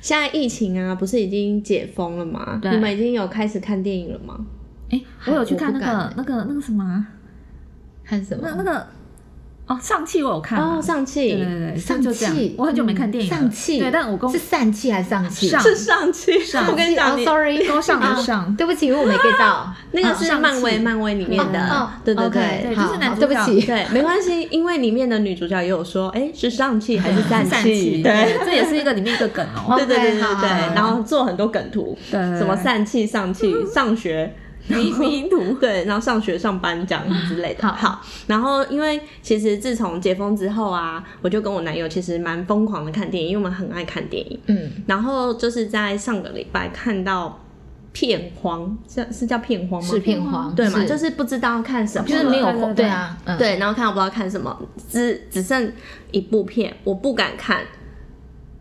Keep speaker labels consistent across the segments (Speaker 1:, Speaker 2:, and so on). Speaker 1: 现在疫情啊，不是已经解封了吗？
Speaker 2: 对
Speaker 1: 你们已经有开始看电影了吗？
Speaker 2: 哎，我有去看那
Speaker 3: 我不敢欸
Speaker 2: 个那个那个什么啊，
Speaker 3: 看什
Speaker 2: 那
Speaker 3: 么？
Speaker 2: 那个哦，上汽我有看啊
Speaker 1: 哦，上嗯
Speaker 2: 对
Speaker 1: 气
Speaker 2: 对对，对
Speaker 3: 上
Speaker 2: 就这样
Speaker 3: 气。
Speaker 2: 我很久没看电影了，
Speaker 3: 上气
Speaker 2: 对，但我跟
Speaker 3: 是疝气还是上气？
Speaker 2: 上
Speaker 1: 是上气。
Speaker 2: 上
Speaker 1: 我跟你讲，
Speaker 3: 哦
Speaker 1: 你
Speaker 3: ，sorry，
Speaker 2: 勾上的
Speaker 3: 啊
Speaker 2: 上
Speaker 3: 对不起，因为我没 get 到。
Speaker 1: 那个是
Speaker 2: 上
Speaker 1: 漫威
Speaker 2: 气
Speaker 1: 漫威里面的，
Speaker 3: 哦哦
Speaker 1: 对对对。
Speaker 3: OK
Speaker 2: 对，就
Speaker 3: 好
Speaker 2: 是男
Speaker 3: 好
Speaker 2: 主
Speaker 3: 对不
Speaker 2: 角
Speaker 3: 起
Speaker 1: 对，没关系，因为里面的女主角也有说，哎，是上气还是 散
Speaker 2: 散
Speaker 1: 气？
Speaker 2: 气，
Speaker 1: 对，
Speaker 2: 这也是一个里面一个梗哦。
Speaker 1: 对对对对
Speaker 3: 好好
Speaker 1: 对，
Speaker 3: 好
Speaker 1: 然后做很多梗图，
Speaker 2: 对对对
Speaker 1: 什么散气、上气、上学。迷迷途 对，然后上学、上班这样之类的。
Speaker 3: 好
Speaker 1: 然后因为其实自从解封之后啊，我就跟我男友其实蛮疯狂的看电影，因为我们很爱看电影。
Speaker 3: 嗯，
Speaker 1: 然后就是在上个礼拜看到片荒，是是叫片荒吗？
Speaker 3: 是片荒，
Speaker 1: 对嘛，就是是不知道看什么，
Speaker 3: 就是没有
Speaker 2: 对
Speaker 3: 对啊，嗯，
Speaker 1: 对，然后看我不知道看什么，只只剩一部片，我不敢看，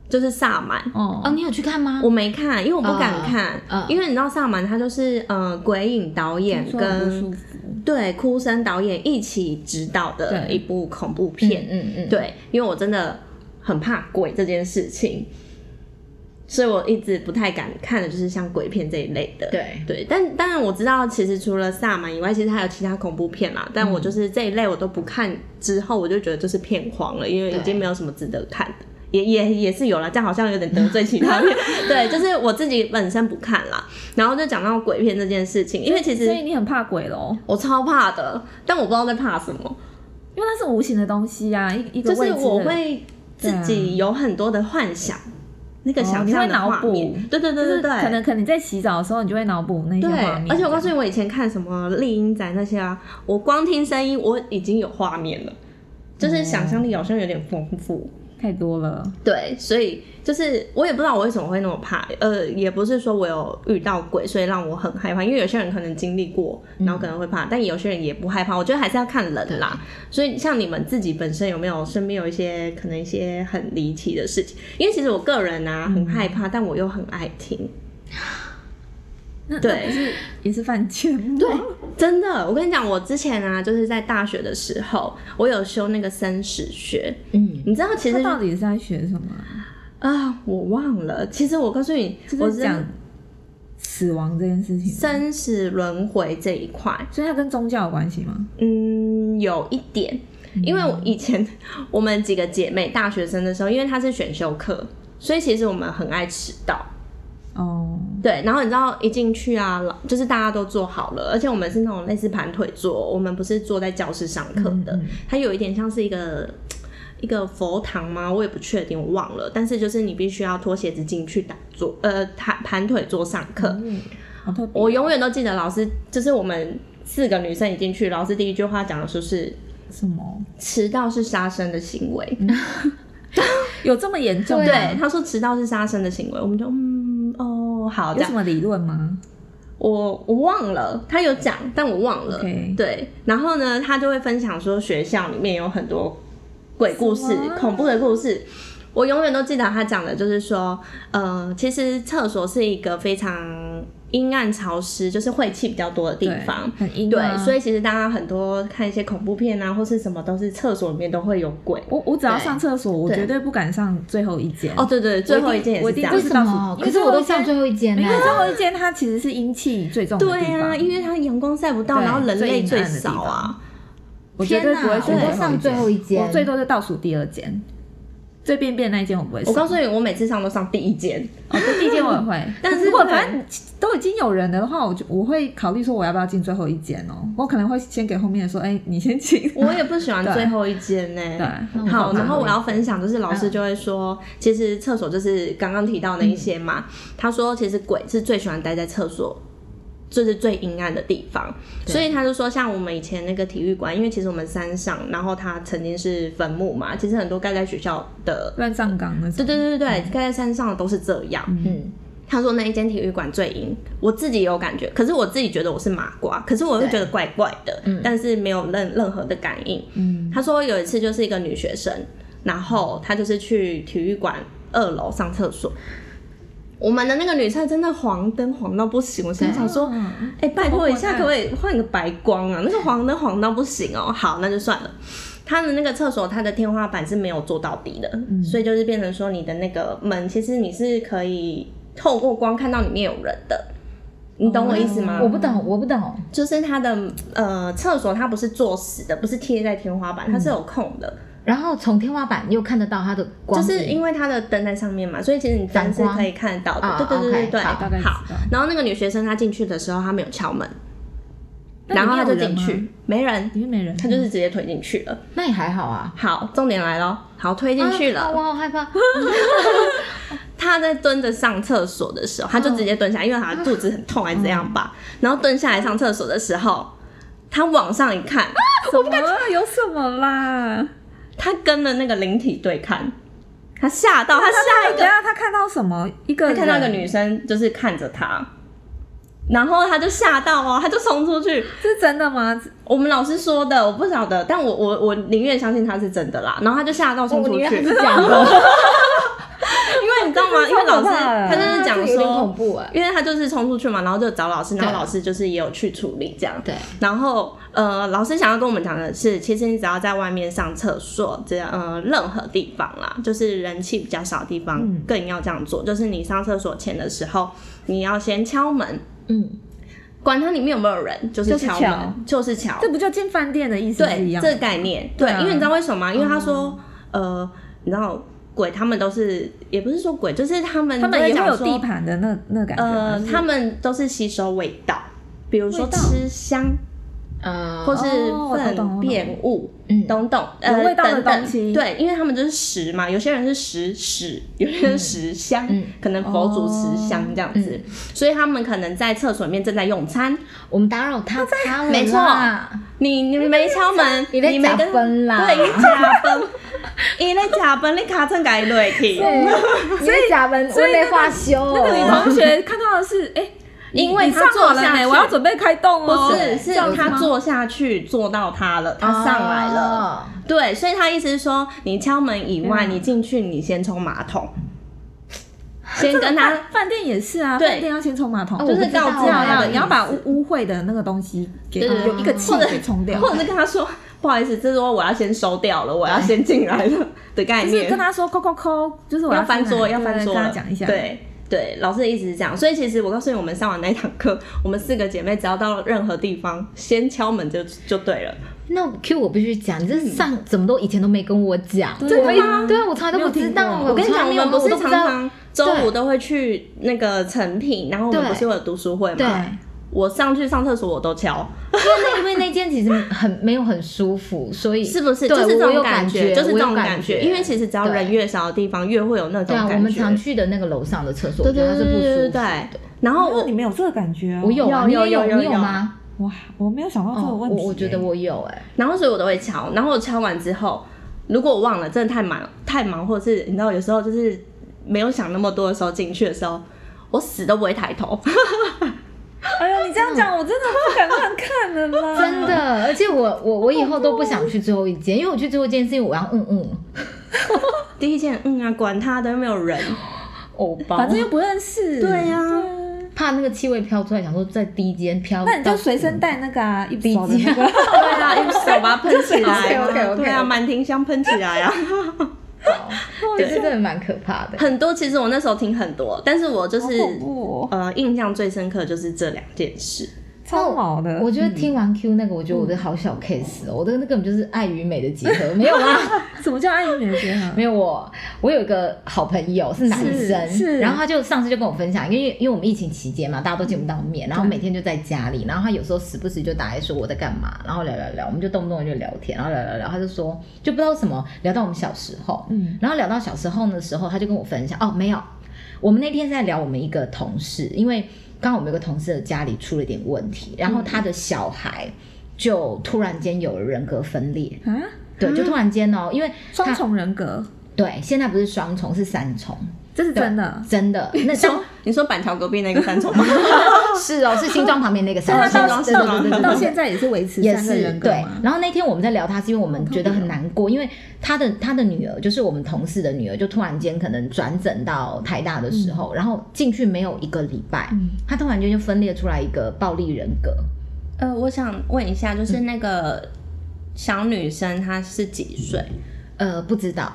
Speaker 1: 就是萨满。
Speaker 3: 哦，
Speaker 2: 哦，
Speaker 3: 你有去看吗？
Speaker 1: 我没看，因为我不敢
Speaker 3: 嗯
Speaker 1: 看，
Speaker 3: 嗯
Speaker 1: 因为你知道萨满他就是呃鬼影导演
Speaker 2: 说很不舒
Speaker 1: 跟
Speaker 2: 服
Speaker 1: 对哭声导演一起执导的
Speaker 2: 对
Speaker 1: 一部恐怖
Speaker 3: 嗯
Speaker 1: 片，
Speaker 3: 嗯嗯，
Speaker 1: 对，因为我真的很怕鬼这件事情，所以我一直不太敢看的就是像鬼片这一类的，
Speaker 3: 对，
Speaker 1: 对，但当然我知道，其实除了萨满以外，其实还有其他恐怖片啦。但我
Speaker 2: 嗯
Speaker 1: 就是这一类我都不看，之后我就觉得就是片荒了，因为已
Speaker 3: 对
Speaker 1: 经没有什么值得看的。也也也是有啦，这样好像有点得罪其 他片。对，就是我自己本身不看啦。然后就讲到鬼片这件事情，因为其
Speaker 2: 所
Speaker 1: 实
Speaker 2: 以你很怕鬼咯，
Speaker 1: 我超怕的，但我不知道在怕什么。
Speaker 2: 因为它是无形的东西啊，一一个
Speaker 1: 就
Speaker 2: 未
Speaker 1: 是
Speaker 2: 知的啊
Speaker 1: 我会自己有很多的幻想，那个
Speaker 2: 哦
Speaker 1: 想
Speaker 2: 你会
Speaker 1: 象的
Speaker 2: 脑
Speaker 1: 画面
Speaker 2: 补。
Speaker 1: 对对对对
Speaker 2: 就
Speaker 1: 对，
Speaker 2: 是可能可能你在洗澡的时候，你就会脑补那些
Speaker 1: 对
Speaker 2: 画，面。
Speaker 1: 而且我告诉你，我以前看什么丽英仔那些啊，我光听声音我已经有画面了，
Speaker 2: 哦
Speaker 1: 就是想象力好像有点丰富。
Speaker 2: 太多了，
Speaker 1: 对，所以就是我也不知道我为什么会那么怕，呃，也不是说我有遇到鬼，所以让我很害怕，因为有些人可能经历过，然后可能会
Speaker 2: 嗯
Speaker 1: 怕，但有些人也不害怕。我觉得还是要看人啦。所以像你们自己本身有没有身边有一些可能一些很离奇的事情？因为其实我个人啊很害
Speaker 2: 嗯
Speaker 1: 怕，但我又很爱 听。
Speaker 2: 那
Speaker 1: 对
Speaker 2: 那不是也是犯贱吗？
Speaker 1: 对，真的，我跟你讲，我之前啊，就是在大学的时候，我有修那个生死学，
Speaker 3: 嗯，
Speaker 1: 你知道，其实
Speaker 2: 他
Speaker 1: 啊、
Speaker 2: 到底是在学什么啊？
Speaker 1: 我忘了。其实我告诉你，
Speaker 2: 就
Speaker 1: 我
Speaker 2: 是
Speaker 1: 是
Speaker 2: 讲死亡这件事情吗，
Speaker 1: 生死轮回这一块，
Speaker 2: 所以它跟宗教有关系吗？
Speaker 1: 嗯，有一点，
Speaker 2: 嗯
Speaker 1: 因为我以前我们几个姐妹大学生的时候，因为它是选修课，所以其实我们很爱迟到。
Speaker 2: 哦，
Speaker 1: 对，然后你知道一进去啊，老就是大家都坐好了，而且我们是那种类似盘腿坐，我们不是坐在教室上课的，
Speaker 2: 嗯嗯
Speaker 1: 它有一点像是一个一个佛堂吗？我也不确定，我忘了。但是就是你必须要脱鞋子进去打坐，呃，盘盘腿坐上
Speaker 2: 嗯
Speaker 1: 课。
Speaker 2: 好哦特别。
Speaker 1: 我永远都记得老师，就是我们四个女生一进去，老师第一句话讲的就是
Speaker 2: 什么？
Speaker 1: 迟到是杀生的行为。
Speaker 2: 嗯有这么严重吗？
Speaker 1: 对，他说迟到是杀生的行为，我们就嗯哦好这
Speaker 2: 有
Speaker 1: 样
Speaker 2: 什。么理论吗？
Speaker 1: 我我忘了，他有讲，但我忘了。
Speaker 2: OK
Speaker 1: 对，然后呢，他就会分享说学校里面有很多鬼故事
Speaker 2: 什么、啊
Speaker 1: 恐怖的故事。我永远都记得他讲的，就是说，呃，其实厕所是一个非常阴暗潮湿，就是晦气比较多的地
Speaker 2: 对
Speaker 1: 方。
Speaker 2: 很阴
Speaker 1: 对
Speaker 2: 啊，
Speaker 1: 所以其实大家很多看一些恐怖片啊，或是什么，都是厕所里面都会有鬼。
Speaker 2: 我我只要
Speaker 3: 对
Speaker 2: 上厕所，我
Speaker 1: 对
Speaker 2: 绝对不敢上最后一间。
Speaker 1: 哦，，对对，最后一件也
Speaker 2: 我
Speaker 1: 是这
Speaker 2: 一定
Speaker 1: 样
Speaker 2: 我
Speaker 3: 为
Speaker 2: 一。定
Speaker 3: 什么？
Speaker 2: 因
Speaker 3: 可
Speaker 2: 为
Speaker 3: 是
Speaker 2: 最后
Speaker 3: 我都
Speaker 2: 一间
Speaker 3: 上最后一间啊
Speaker 2: 因
Speaker 3: 呢
Speaker 2: 为。最后一间它其实是阴气最重的地
Speaker 1: 啊对
Speaker 2: 方。
Speaker 1: 啊，因为它阳光晒不到，
Speaker 2: 对
Speaker 1: 然后人类
Speaker 2: 最
Speaker 1: 最
Speaker 2: 阴暗的地
Speaker 1: 少啊。
Speaker 2: 我绝对不会
Speaker 3: 天哪我都上最后一间
Speaker 2: 我最多就倒数第二间，最便便那一间我不会上。
Speaker 1: 我告诉你，我每次上都上第一间。
Speaker 2: 哦，对第一间我也会，
Speaker 1: 但是
Speaker 2: 如果
Speaker 1: 对
Speaker 2: 反正都已经有人的话，我就我会考虑说我要不要进最后一间哦，我可能会先给后面的说，哎、你先进。
Speaker 1: 我也不喜欢
Speaker 2: 对
Speaker 1: 最后一间呢、
Speaker 2: 对
Speaker 1: 好，
Speaker 2: 嗯
Speaker 1: 然后我嗯要分享，就是老师就会说，其实厕所就是刚刚提到那一些嘛。他说，其实鬼是最喜欢待在厕所，就是最阴暗的地方。所以他就说，像我们以前那个体育馆，因为其实我们山上，然后它曾经是坟墓嘛，其实很多盖在学校的，
Speaker 2: 乱上岗那
Speaker 1: 对
Speaker 2: 种，
Speaker 1: 对对对对，盖在山上的都是这样。
Speaker 3: 嗯，
Speaker 1: 他说那一间体育馆最阴，我自己也有感觉，可是我自己觉得我是麻瓜，可是我又觉得怪怪的，但是没有任任何的感应。
Speaker 2: 嗯，
Speaker 1: 他说有一次就是一个女学生，然后她就是去体育馆二楼上厕所。我们的那个女厕真的黄灯黄到不行，我心里想说，
Speaker 2: 嗯
Speaker 1: 哎、拜托一
Speaker 2: 好昏
Speaker 1: 下，
Speaker 2: 暗
Speaker 1: 可不可以换个白光啊？那个黄灯黄到不行哦、好，那就算了。它的那个厕所，它的天花板是没有做到底的，
Speaker 2: 嗯
Speaker 1: 所以就是变成说你的那个门，其实你是可以透过光看到里面有人的，你懂我意思
Speaker 2: 哦
Speaker 1: 吗？
Speaker 3: 我不懂，我不懂。
Speaker 1: 就是它的呃厕所，它不是坐死的，不是贴在天花板，它
Speaker 2: 嗯
Speaker 1: 是有空的，
Speaker 3: 然后从天花板又看得到它的光
Speaker 1: 就
Speaker 3: 影，
Speaker 1: 是因为它的灯在上面嘛，所以其实你灯是
Speaker 3: 反光
Speaker 1: 可以看得到的。
Speaker 3: 啊
Speaker 1: 对对对对
Speaker 3: OK，
Speaker 1: 对，
Speaker 3: 好
Speaker 2: 哦大概知道。
Speaker 1: 然后那个女学生她进去的时候，她没有敲门，
Speaker 2: 那
Speaker 1: 然后她
Speaker 2: 里
Speaker 1: 就
Speaker 2: 面有
Speaker 1: 进
Speaker 2: 人吗，
Speaker 1: 去，没人，
Speaker 2: 里面没人，
Speaker 1: 她就是直接推进去了。
Speaker 3: 那也还好啊。
Speaker 1: 好，重点来了，好推进去了。
Speaker 3: 啊我好害怕。
Speaker 1: 他在蹲着上厕所的时候，他就直接蹲下，因为他的肚子很痛还是怎样吧。然后蹲下来上厕所的时候，他往上一看，
Speaker 2: 我不敢有什么啦？
Speaker 1: 哦他跟了那个灵体对看，他吓到，他吓一
Speaker 2: 等
Speaker 1: 个，
Speaker 2: 下他看到什么？一个
Speaker 1: 他看到一个
Speaker 2: 人
Speaker 1: 女生就是看着他，然后他就吓到哦，他就冲出去。
Speaker 2: 这是真的吗？
Speaker 1: 我们老师说的，我不晓得，但我我我宁愿相信他是真的啦。然后他就吓到冲
Speaker 3: 我
Speaker 1: 出
Speaker 3: 以
Speaker 1: 去，
Speaker 3: 为
Speaker 1: 因
Speaker 3: 还
Speaker 1: 为
Speaker 3: 是 假的，
Speaker 1: 你知道吗？因为老师他就是讲
Speaker 3: 这个有点恐
Speaker 1: 说，
Speaker 3: 怖哎。
Speaker 1: 因为他就是冲出去嘛，然后就找老师，然后
Speaker 3: 对啊
Speaker 1: 老师就是也有去处理这样。
Speaker 3: 对，
Speaker 1: 然后，呃，老师想要跟我们讲的是，其实你只要在外面上厕所，这样，呃，任何地方啦，就是人气比较少的地方，
Speaker 3: 嗯
Speaker 1: 更要这样做。就是你上厕所前的时候，你要先敲门，
Speaker 3: 嗯，
Speaker 1: 管它里面有没有人，就是
Speaker 2: 就是
Speaker 1: 敲
Speaker 2: 敲
Speaker 1: 门，就是敲。
Speaker 2: 这不就进饭店的意思是一
Speaker 1: 对，
Speaker 2: 样
Speaker 1: 这
Speaker 2: 的？
Speaker 1: 个概念，对，
Speaker 2: 对啊
Speaker 1: 因为你知道为什么吗？因为他说，呃，你知道鬼他们都是，也不是说鬼，就是他们
Speaker 2: 他们
Speaker 1: 都会
Speaker 2: 也会
Speaker 1: 讲
Speaker 2: 有
Speaker 1: 说
Speaker 2: 地盘的那那感觉吗。
Speaker 1: 呃，
Speaker 2: 就是
Speaker 1: 他们都是吸收味道，比如说
Speaker 2: 味道
Speaker 1: 吃香。
Speaker 3: 呃，
Speaker 1: 或是
Speaker 2: 哦我懂我懂
Speaker 1: 粪便物，
Speaker 3: 嗯
Speaker 1: 等等，
Speaker 2: 有
Speaker 1: 呃，
Speaker 2: 味道的
Speaker 1: 等等
Speaker 2: 东西
Speaker 1: 对，因为他们就是食嘛，有些人是食屎，有些人是食香，
Speaker 3: 嗯
Speaker 1: 可能佛祖
Speaker 2: 哦
Speaker 1: 食香这样子，
Speaker 2: 嗯
Speaker 1: 所以他们可能在厕所里面正在用餐，
Speaker 3: 我们打扰他，他
Speaker 1: 没错你你没敲门，
Speaker 3: 你在
Speaker 1: 没跟
Speaker 3: 假分啦
Speaker 1: 对，你假崩，你在假崩，你卡正改对去。
Speaker 3: 对，所以假文我没话修哦，
Speaker 2: 那个女同学看到的是，哎，
Speaker 1: 呃因为
Speaker 2: 你
Speaker 1: 她
Speaker 2: 上
Speaker 1: 坐
Speaker 2: 好
Speaker 1: 下去
Speaker 2: 了没？我要准备开动哦。
Speaker 1: 不是，是
Speaker 2: 这样子
Speaker 1: 他
Speaker 2: 吗
Speaker 1: 坐下去坐到他了，他上来了。
Speaker 3: 哦，
Speaker 1: 对，所以他意思是说，你敲门以
Speaker 2: 嗯
Speaker 1: 外，你进去，你先冲马桶，先跟他
Speaker 2: 饭店也是啊，
Speaker 1: 对
Speaker 2: 饭店要先冲马桶，
Speaker 3: 哦
Speaker 1: 就是告
Speaker 3: 我不
Speaker 1: 知
Speaker 3: 知道
Speaker 1: 好
Speaker 3: 啊
Speaker 1: 要
Speaker 2: 要你要把污污秽的那个东西给
Speaker 1: 对对对
Speaker 2: 有一个气
Speaker 1: 或者
Speaker 2: 给冲掉，
Speaker 1: 或者是跟他说，不好意思，这是我我要先收掉了，我要先进来了的概
Speaker 2: 就是
Speaker 1: 念
Speaker 2: 跟。他说扣扣扣，就是我
Speaker 1: 要
Speaker 2: 进来
Speaker 1: 翻桌，
Speaker 2: 对
Speaker 1: 要翻桌
Speaker 2: 对
Speaker 1: 了，
Speaker 2: 跟他讲一下，，
Speaker 1: 对。对，老师的意思是这样，所以其实我告诉你，我们上完那一堂课，我们四个姐妹只要到任何地方，先敲门就就对了。
Speaker 3: 那 Q 我必须讲，你这上怎么都以前都没跟我讲，
Speaker 2: 真的吗
Speaker 3: 我对啊，我从来都不知道
Speaker 2: 没有听
Speaker 3: 啊。
Speaker 2: 过
Speaker 1: 我跟你讲，我
Speaker 3: 从来
Speaker 1: 们
Speaker 3: 没有
Speaker 1: 不是
Speaker 3: 我都
Speaker 1: 常
Speaker 3: 知道
Speaker 1: 常周
Speaker 3: 对
Speaker 1: 五都会去那个成品，然后我们
Speaker 3: 对
Speaker 1: 不是会有读书会
Speaker 3: 对，
Speaker 1: 嘛？我上去上厕所我都敲，
Speaker 3: 因为那因为那间其实很没有很舒服，所以
Speaker 1: 是不是？
Speaker 3: 对
Speaker 1: 就是
Speaker 3: 我
Speaker 1: 这
Speaker 3: 有
Speaker 1: 种
Speaker 3: 感
Speaker 1: 觉，就是这
Speaker 3: 我有
Speaker 1: 种
Speaker 3: 感
Speaker 1: 觉。因为其实只要人
Speaker 3: 对
Speaker 1: 越少的地方，越会有那种
Speaker 3: 对啊，我
Speaker 1: 感
Speaker 3: 们常
Speaker 1: 觉。
Speaker 3: 去的那个楼上的厕所，
Speaker 1: 对
Speaker 3: 我觉
Speaker 1: 对
Speaker 3: 得它是
Speaker 1: 对
Speaker 3: 不
Speaker 1: 对
Speaker 3: 舒
Speaker 1: 对
Speaker 3: 服的
Speaker 1: 对。。然后
Speaker 2: 哦，
Speaker 1: 我
Speaker 2: 你们有这个感觉哦？
Speaker 3: 我有啊，你
Speaker 1: 有
Speaker 3: 也有
Speaker 1: 有有
Speaker 3: 你
Speaker 1: 有
Speaker 3: 吗？
Speaker 2: 哇，我没有想到这个
Speaker 3: 哦我
Speaker 2: 问题耶，欸
Speaker 3: 我觉得我有哎，
Speaker 1: 然后所以我都会敲，然后我敲完之后，如果我忘了，真的太忙太忙，或者是你知道有时候就是没有想那么多的时候进去的时候，我死都不会抬头。
Speaker 2: 哎呦，你这样讲，我真的不敢乱看了啦！
Speaker 3: 嗯
Speaker 1: 嗯
Speaker 3: 真，的，而且我我我以后都不想去最后一间，因为我去最后一间是因为我要嗯嗯，
Speaker 1: 第一件，嗯啊，管他的，又没有人。
Speaker 3: 欧包，
Speaker 2: 反正又不认识。
Speaker 1: 对
Speaker 3: 啊
Speaker 1: 呀、
Speaker 2: 啊
Speaker 3: 怕那个气味飘出来，想说在第一间飘到，
Speaker 2: 那你就随身带那个啊，一笔的那个。
Speaker 1: 对啊，用手把它喷起来 啊
Speaker 3: OK，OK，OK
Speaker 1: 对啊，满庭香喷起来啊。
Speaker 3: 对，是真的蛮可怕的。
Speaker 1: 很多，其实我那时候听很多，但是我就是
Speaker 2: 好恐怖哦
Speaker 1: 呃，印象最深刻就是这两件事。
Speaker 2: 超毛的。
Speaker 3: 哦我觉得听完 Q 那个，我觉得我的好小 case，、哦，我的那根本就是爱与美的结 合，没有啦，
Speaker 2: 什么叫爱与美结 合？
Speaker 3: 没有我，我有一个好朋友是男生，
Speaker 2: 是是
Speaker 3: 然后他就上次就跟我分享，因为因为我们疫情期间嘛，大家都见不到面，然后每天就在家里，然后他有时候时不时就打来说我在干嘛，然后聊聊聊，我们就动不动就聊天，然后聊聊聊，他就说就不知道为什么聊到我们小时候，
Speaker 2: 嗯
Speaker 3: 然后聊到小时候的时候，他就跟我分享哦，没有，我们那天在聊我们一个同事，因为刚好我们有个同事的家里出了一点问题，然后他的小孩就突然间有了人格分裂，
Speaker 2: 啊，
Speaker 3: 对，就突然间哦，因为他
Speaker 2: 双重人格，
Speaker 3: 对，现在不是双重是三重，
Speaker 2: 这是真的。
Speaker 3: 真的，那当
Speaker 1: 你说板桥隔壁那个三重 吗？
Speaker 3: 是哦，是新庄旁边那个
Speaker 2: 那
Speaker 3: 三
Speaker 1: 对
Speaker 3: 重，
Speaker 1: 啊
Speaker 2: 到
Speaker 1: 对对对对
Speaker 2: 到
Speaker 1: 对
Speaker 2: 到现在也是维持
Speaker 3: 也
Speaker 2: 三个
Speaker 3: 是
Speaker 2: 人格
Speaker 3: 对
Speaker 2: 吗。？
Speaker 3: 然后那天我们在聊他，是因为我们觉
Speaker 2: 哦
Speaker 3: 得很难过，因为他的他的女儿，就是我们同事的女儿，就突然间可能转诊到台大的时候，然后进去没有一个礼拜，
Speaker 2: 嗯
Speaker 3: 他突然间就分裂出来一个暴力人格。
Speaker 1: 呃，我想问一下，就是那个小女生她是几岁？
Speaker 3: 呃，不知道。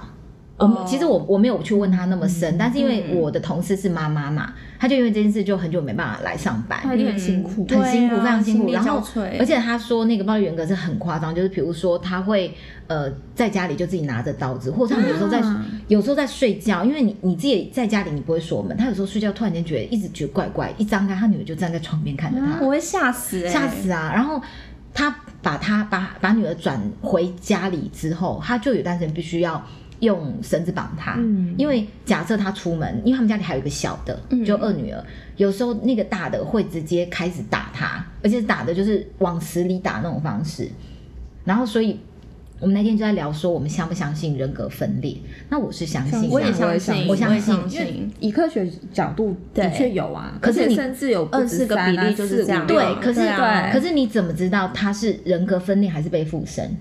Speaker 3: 我们、
Speaker 1: 哦
Speaker 3: 其实我我没有去问他那么
Speaker 2: 嗯
Speaker 3: 深，但是因为我的同事是妈妈嘛，她就因为这件事就很久没办法来上班，
Speaker 2: 他一定很辛苦，
Speaker 1: 对
Speaker 3: 很辛苦，
Speaker 1: 啊
Speaker 3: 非常辛
Speaker 1: 心
Speaker 3: 苦。
Speaker 1: 力
Speaker 3: 然后
Speaker 1: 交瘁，
Speaker 3: 而且他说那个暴力人格是很夸张，就是比如说他会呃在家里就自己拿着刀子，或者他们有时候在、
Speaker 2: 啊
Speaker 3: 有时候在睡觉，因为你你自己在家里你不会锁门，他有时候睡觉突然间觉得一直觉得怪怪，一张开他女儿就站在床边看着他，
Speaker 1: 我会吓死、欸，
Speaker 3: 嗯吓、死啊！然后他把他把把女儿转回家里之后，他就有段时间必须要。用绳子绑她，
Speaker 2: 嗯
Speaker 3: 因为假设她出门，因为他们家里还有一个小的，
Speaker 1: 嗯
Speaker 3: 就二女儿，有时候那个大的会直接开始打她，而且打的就是往死里打那种方式。然后，所以我们那天就在聊说，我们相不相信人格分裂？那我是相信啊的，
Speaker 1: 我也
Speaker 2: 我
Speaker 1: 相
Speaker 2: 也
Speaker 1: 信，
Speaker 2: 信
Speaker 1: 我也
Speaker 3: 我
Speaker 1: 相
Speaker 3: 相
Speaker 2: 因为
Speaker 1: 信。
Speaker 2: 以科学角度的
Speaker 1: 对
Speaker 2: 确有啊，
Speaker 3: 嗯可是
Speaker 2: 而且
Speaker 3: 你
Speaker 2: 甚至有不
Speaker 1: 二
Speaker 2: 止
Speaker 1: 四个
Speaker 2: 三啊
Speaker 1: 比例就是
Speaker 2: 四
Speaker 1: 这样
Speaker 2: 五
Speaker 1: 啊
Speaker 2: 六
Speaker 3: 对，可是、
Speaker 1: 对啊
Speaker 3: 可是你怎么知道他是人格分裂还是被附身？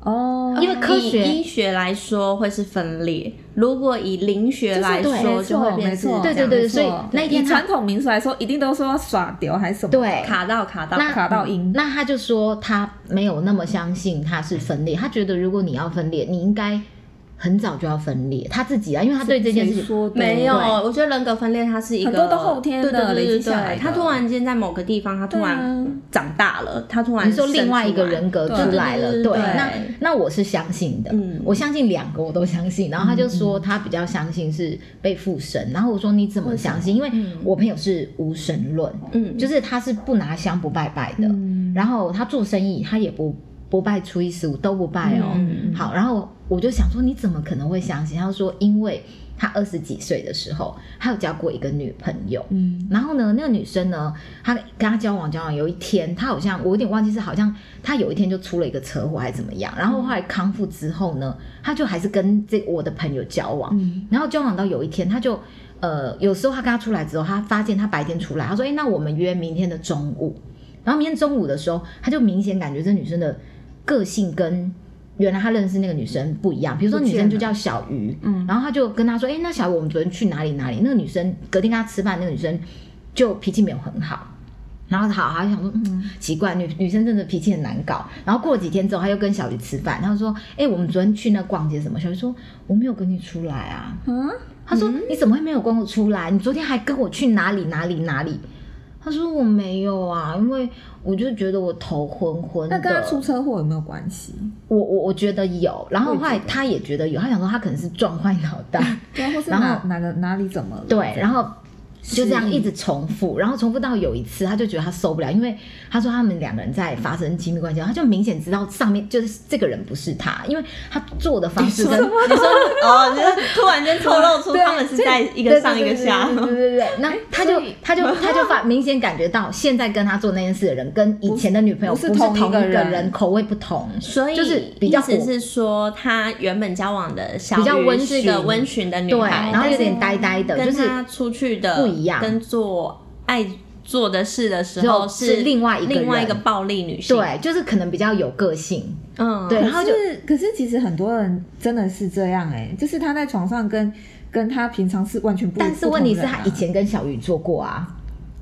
Speaker 2: 哦，
Speaker 3: 因为科学
Speaker 1: 呃以医学来说会是分裂，如果以灵学来说
Speaker 2: 没
Speaker 1: 就会
Speaker 2: 错，
Speaker 1: 变
Speaker 2: 没
Speaker 1: 成
Speaker 2: 错，
Speaker 3: 对对
Speaker 1: 这样
Speaker 3: 对
Speaker 2: 没错
Speaker 3: 所以那一天
Speaker 2: 以
Speaker 3: 他
Speaker 2: 传统民俗来说，一定都说要耍丢还是什么，
Speaker 3: 对，
Speaker 1: 卡到卡到，
Speaker 3: 那嗯
Speaker 2: 卡到音
Speaker 3: 那他就说他没有那么相信他是分裂，他觉得如果你要分裂，你应该很早就要分裂。他自己啊，因为他对这件事
Speaker 2: 谁
Speaker 3: 情
Speaker 2: 说的
Speaker 1: 没有，我觉得人格分裂它是一个
Speaker 2: 很多都后天的
Speaker 1: 对对对
Speaker 2: 累积
Speaker 1: 对
Speaker 2: 下来
Speaker 1: 对，
Speaker 2: 的
Speaker 1: 他突然间在某个地方，他突然
Speaker 2: 对啊
Speaker 1: 长大了，他突然
Speaker 3: 你说另外一
Speaker 1: 生
Speaker 3: 个
Speaker 1: 出来
Speaker 3: 人格
Speaker 2: 对
Speaker 3: 出来了，
Speaker 1: 对
Speaker 3: 对，
Speaker 1: 对对
Speaker 3: 那那我是相信的，
Speaker 1: 嗯
Speaker 3: 我相信两个我都相信。然后他就说他比较相信是被附身，然后我说你怎么相信？因为我朋友是无神论，
Speaker 1: 嗯
Speaker 3: 就是他是不拿香不拜拜的，
Speaker 2: 嗯
Speaker 3: 然后他做生意他也不不拜初一十五都不拜哦。
Speaker 1: 嗯
Speaker 3: 好，然后我就想说你怎么可能会相信？他说因为他二十几岁的时候，他有交过一个女朋友，
Speaker 2: 嗯，
Speaker 3: 然后呢，那个女生呢，她跟他交往交往，有一天，她好像我有点忘记是好像她有一天就出了一个车祸还是怎么样，然后后来康复之后呢，她就还是跟这我的朋友交往，
Speaker 2: 嗯
Speaker 3: 然后交往到有一天，她就呃有时候她跟他出来之后，她发现她白天出来，她说哎、诶那我们约明天的中午，然后明天中午的时候，她就明显感觉这女生的个性跟。原来她认识那个女生不一样，比如
Speaker 2: 嗯
Speaker 3: 说
Speaker 2: 不
Speaker 3: 女
Speaker 2: 见
Speaker 3: 生就
Speaker 2: 了
Speaker 3: 叫小鱼，
Speaker 2: 嗯
Speaker 3: 然后他就跟他说：“哎、那小雨，我们昨天去哪里哪里？”那个女生隔天跟他吃饭，那个女生就脾气没有很好。然后好，他就想说，嗯，奇怪，女女生真的脾气很难搞。然后过了几天之后，他又跟小鱼吃饭，他就说：“哎、我们昨天去那逛街什么？”小鱼说：“我没有跟你出来啊。”
Speaker 2: 嗯，
Speaker 3: 他说：“你怎么会没有跟我出来？你昨天还跟我去哪里哪里哪里？”他说：“我没有啊，因为我就觉得我头昏昏的。”
Speaker 2: 那跟他出车祸有没有关系？
Speaker 3: 我我我觉得有，然后后来他也觉得有，他想说他可能是撞坏脑 袋，
Speaker 2: 对啊，或是
Speaker 3: 然后
Speaker 2: 哪哪个哪里怎么了？
Speaker 3: 对，然后就这样
Speaker 2: 失忆
Speaker 3: 一直重复，然后重复到有一次，他就觉得他受不了，因为他说他们两个人在发生亲密关系，他就明显知道上面就是这个人不是他，因为他做的方式跟
Speaker 1: 你说哦，你就是突然间透 露出
Speaker 2: 对
Speaker 1: 他们是在一个上一个下
Speaker 3: 啊
Speaker 1: 哎
Speaker 3: 对，对对对对对，那他就
Speaker 2: 所以
Speaker 3: 他就 他就发明显感觉到，现在跟他做那件事的人跟以前的女朋友
Speaker 2: 不是
Speaker 3: 不是
Speaker 2: 同一
Speaker 3: 同一
Speaker 2: 个
Speaker 3: 个
Speaker 2: 人
Speaker 3: 人，口味不同，
Speaker 1: 所以
Speaker 3: 就是比较
Speaker 1: 意
Speaker 3: 火
Speaker 1: 思是说，她原本交往的小
Speaker 3: 比较
Speaker 1: 鱼
Speaker 3: 温
Speaker 1: 是
Speaker 3: 驯
Speaker 1: 个温驯的女
Speaker 3: 对，
Speaker 1: 孩，
Speaker 3: 然后
Speaker 1: 但
Speaker 3: 有
Speaker 1: 是
Speaker 3: 点呆呆的，就
Speaker 1: 跟
Speaker 3: 是
Speaker 1: 她出去的
Speaker 3: 不一样
Speaker 1: 跟做爱做的事的时候
Speaker 3: 就是另外一个人
Speaker 1: 另外一个暴力女性，，
Speaker 3: 对，就是可能比较有个性，
Speaker 1: 嗯，
Speaker 3: 对
Speaker 2: 可
Speaker 3: 然后就是
Speaker 2: 可是其实很多人真的是这样哎、就是他在床上跟跟他平常是完全不，
Speaker 3: 但是问题是他
Speaker 2: 不同人啊
Speaker 3: 以。前跟小鱼做过啊。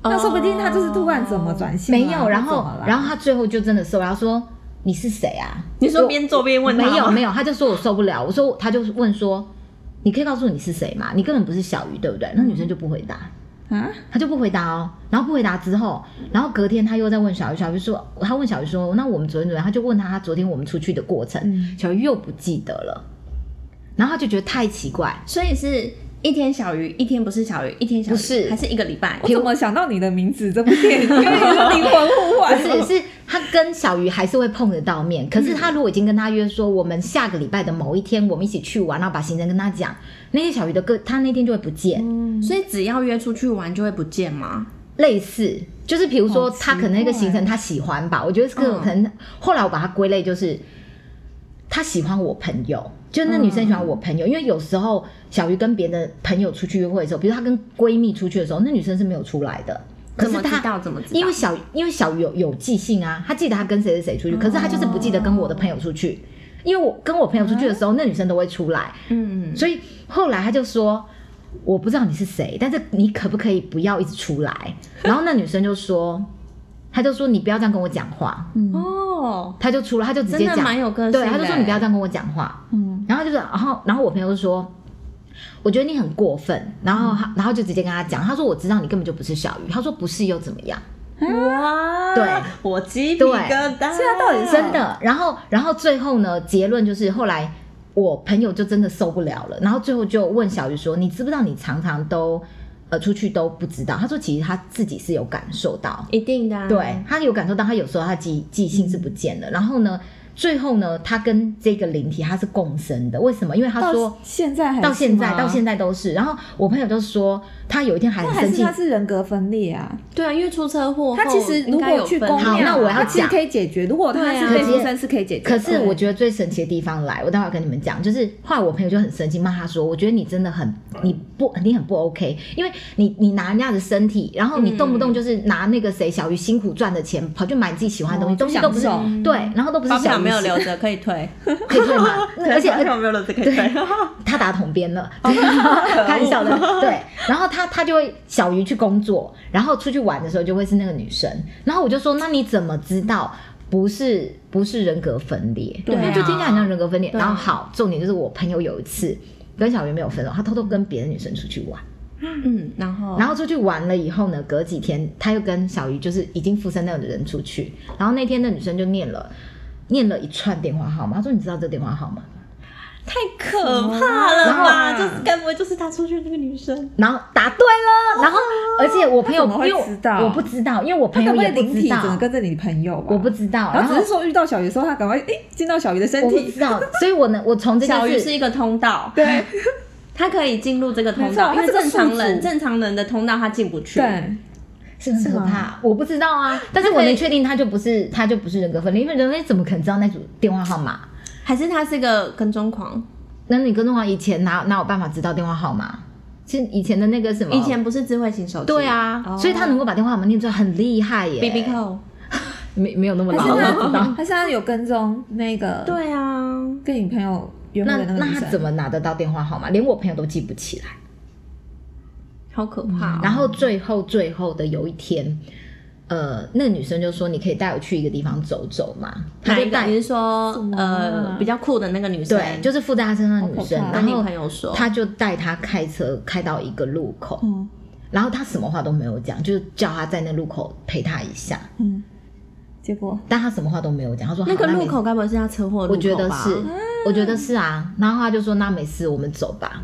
Speaker 2: 那说不定他就是突然怎么转型、啊，
Speaker 3: 没有，然
Speaker 2: 或怎
Speaker 3: 后
Speaker 2: 么啦
Speaker 3: 然后他最后就真的受不了，他说你是谁啊？
Speaker 1: 你说边做边问她
Speaker 3: 没
Speaker 1: 吗
Speaker 3: 有没有，他就说我受不了，我说他就问说，你可以告诉我你是谁吗？你根本不是小鱼，对不对？那女生就不回答，
Speaker 2: 啊，
Speaker 3: 她就不回答哦。然后不回答之后，然后隔天他又在问小鱼，小鱼说，他问小鱼说，那我们昨天怎么样？他就问他他昨天我们出去的过程，
Speaker 2: 嗯
Speaker 3: 小鱼又不记得了，然后他就觉得太奇怪，
Speaker 1: 所以是一天小鱼，一天不是小鱼，一天小鱼
Speaker 3: 不是
Speaker 1: 还是一个礼拜
Speaker 2: 我。怎么想到你的名字这部电影？因为你是灵魂互
Speaker 3: 不
Speaker 2: 换，
Speaker 3: 是，是他跟小鱼还是会碰得到面。可是他如果已经跟他约说，我们下个礼拜的某一天我们一起去玩，然后把行程跟他讲，那天小鱼的个他那天就会不见，
Speaker 2: 嗯
Speaker 1: 所以只要约出去玩就会不见吗？
Speaker 3: 类似就是比如说
Speaker 1: 哦
Speaker 2: 好奇
Speaker 3: 他可能那个行程
Speaker 2: 怪
Speaker 3: 他喜欢吧，我觉得这个
Speaker 1: 嗯
Speaker 3: 可能、后来我把它归类就是他喜欢我朋友。就那女生喜欢我朋友，
Speaker 1: 嗯
Speaker 3: 因为有时候小鱼跟别的朋友出去约会的时候，比如她跟闺蜜出去的时候，那女生是没有出来的。可
Speaker 1: 怎
Speaker 3: 是
Speaker 1: 么
Speaker 3: 她
Speaker 1: 知道？怎么知道？
Speaker 3: 因为小因为小鱼有有记性啊，他记得他跟谁谁谁出去，可是他就是不记得跟我的朋友出去，因为我跟我朋友出去的时
Speaker 1: 哦
Speaker 3: 候，那女生都会出来，
Speaker 1: 嗯，
Speaker 3: 所以后来他就说。我不知道你是谁，但是你可不可以不要一直出来？然后那女生就说，他就说你不要这样跟我讲话，
Speaker 2: 嗯
Speaker 1: 哦，
Speaker 3: 他就出了，他就直
Speaker 1: 真
Speaker 3: 接
Speaker 1: 的
Speaker 3: 讲，
Speaker 1: 蛮有个性的
Speaker 3: 对，
Speaker 1: 欸。
Speaker 3: 他就说你不要这样跟我讲话，
Speaker 2: 嗯，
Speaker 3: 然后就是，然后然后我朋友就说，我觉得你很过分，然后他、然后就直接跟他讲，他说我知道你根本就不是小鱼，他说不是又怎么样，
Speaker 1: 哇，
Speaker 3: 对，
Speaker 1: 我鸡皮
Speaker 3: 对
Speaker 1: 疙瘩。
Speaker 2: 现在到底是
Speaker 3: 真的，然后然后最后呢，结论就是后来我朋友就真的受不了了，然后最后就问小鱼说，你知不知道你常常都呃出去都不知道？他说其实他自己是有感受到，
Speaker 1: 一定的、啊，
Speaker 3: 对，他有感受到，他有时候他记记性是不见的。然后呢，最后呢，他跟这个灵体他是共生的，为什么？因为他说
Speaker 2: 到现在还
Speaker 3: 到现在到现
Speaker 2: 在，
Speaker 3: 在都是。然后我朋友就说，他有一天还
Speaker 2: 那
Speaker 3: 很
Speaker 2: 还
Speaker 3: 生
Speaker 2: 是
Speaker 3: 气
Speaker 2: 他。是人格分裂啊。
Speaker 1: 对啊，因为出车祸后
Speaker 2: 他其实如
Speaker 1: 应该
Speaker 2: 果
Speaker 1: 有
Speaker 2: 去
Speaker 1: 分啊
Speaker 2: 公庙，
Speaker 3: 好那我要
Speaker 2: 他其实
Speaker 3: 讲
Speaker 2: 可以解决。如果他是被附身，是可以解决的。
Speaker 3: 可是我觉得最神奇的地方来，我待会儿跟你们讲，就是后来我朋友就很生气，骂他说：“我觉得你真的很
Speaker 1: 嗯
Speaker 3: 你不你很不 OK，因为你你拿人家的身体，然后你动不动就是拿那个谁小鱼辛苦赚的钱跑去买自己喜欢的东西，
Speaker 2: 哦
Speaker 3: 东西都不是
Speaker 2: 享
Speaker 3: 对，然后都不是
Speaker 1: 发
Speaker 3: 小
Speaker 1: 票
Speaker 3: 鱼
Speaker 1: 没有
Speaker 3: 吃
Speaker 1: 留着可以退，
Speaker 3: 可以退吗？那而且
Speaker 1: 发票 没有留着哦可以退。
Speaker 3: 他打桶边了， 开玩笑的。 对，然后他他就会小鱼去工作，然后出去玩的时候就会是那个女生。然后我就说，那你怎么知道不是不是人格分裂？
Speaker 1: 对啊
Speaker 3: 他就听起来很像人格分裂。
Speaker 1: 对啊
Speaker 3: 然后好，重点就是我朋友有一次跟小鱼没有分手，他偷偷跟别的女生出去玩，
Speaker 1: 嗯，然后
Speaker 3: 然后出去玩了以后呢，隔几天他又跟小鱼就是已经附身那个人出去，然后那天那女生就念了念了一串电话号码，他说你知道这电话号码吗？
Speaker 1: 太可怕了吧？
Speaker 2: 然后
Speaker 1: 就是该不会就是他出去那个女生？
Speaker 3: 然后答对了，然后而且我朋友
Speaker 2: 他怎么会
Speaker 3: 因为我
Speaker 2: 知道
Speaker 3: 我不知道，因为我
Speaker 2: 他
Speaker 3: 朋
Speaker 2: 可
Speaker 3: 友
Speaker 2: 不可以
Speaker 3: 也
Speaker 2: 灵
Speaker 3: 不知
Speaker 2: 体
Speaker 3: 道
Speaker 2: 只，能跟着你朋友吧？
Speaker 3: 我不知道，
Speaker 2: 然
Speaker 3: 然
Speaker 2: 后
Speaker 3: 后
Speaker 2: 只是说遇到小鱼的时候，他赶快诶进到小鱼的身
Speaker 3: 我不
Speaker 2: 体，
Speaker 3: 知道，所以我呢，我从这件
Speaker 1: 小鱼是
Speaker 3: 事，
Speaker 1: 一个通道，
Speaker 2: 对，
Speaker 1: 他可以进入这个通道，
Speaker 2: 没错
Speaker 1: 因为
Speaker 2: 它是个
Speaker 1: 正常
Speaker 2: 宿
Speaker 1: 人
Speaker 2: 主
Speaker 1: 正常人的通道他进不去。
Speaker 2: 对，
Speaker 3: 是很可
Speaker 2: 是
Speaker 3: 怕
Speaker 2: 吗，
Speaker 3: 我不知道啊，但是
Speaker 1: 他
Speaker 3: 我
Speaker 1: 可以
Speaker 3: 能确定他就不是他就不是人格分裂，因为人类怎么可能知道那组电话号码？
Speaker 1: 还是他是个跟踪狂？
Speaker 3: 那你跟踪啊狂以前哪哪有办法知道电话号码？其实以前的那个什么，
Speaker 1: 以前不是智慧型手机？
Speaker 3: 对啊，
Speaker 1: 嗯哦
Speaker 3: 所以他能够把电话号码念出来，很厉害耶。
Speaker 1: ，B B 扣。
Speaker 3: 没没有那么
Speaker 2: 还
Speaker 3: 老，
Speaker 2: 是
Speaker 3: 我不知
Speaker 2: 他
Speaker 3: 道。
Speaker 2: 还是他有跟踪那个
Speaker 1: 对啊，
Speaker 2: 跟你朋友约会
Speaker 3: 那
Speaker 2: 的个
Speaker 3: 那
Speaker 2: 女
Speaker 3: 他
Speaker 2: 生
Speaker 3: 怎么拿得到电话号码？连我朋友都记不起来。
Speaker 1: 好可怕哦。
Speaker 3: 然后最后最后的有一天，呃，那个女生就说：“你可以带我去一个地方走走嘛。”她
Speaker 1: 哪
Speaker 3: 就
Speaker 1: 一个？
Speaker 3: 带
Speaker 1: 你，是说
Speaker 2: 什么啊
Speaker 1: 呃比较酷的那个女生？
Speaker 3: 对，就是附在她身上的女生
Speaker 2: 好可，怕
Speaker 3: 然
Speaker 1: 跟你
Speaker 3: 后
Speaker 1: 朋友说，
Speaker 3: 她就带她开车开到一个路口，
Speaker 2: 嗯
Speaker 3: 然后她什么话都没有讲，就是叫她在那路口陪她一下，
Speaker 2: 嗯，结果
Speaker 3: 但她什么话都没有讲。她说：“
Speaker 1: 那个
Speaker 3: 好
Speaker 1: 路，
Speaker 3: 没
Speaker 1: 口该不会是他车祸的
Speaker 3: 我
Speaker 1: 路
Speaker 3: 觉得
Speaker 1: 口吧？
Speaker 3: 是，我觉得是啊。”然后她就说：“那没事，我们走吧。”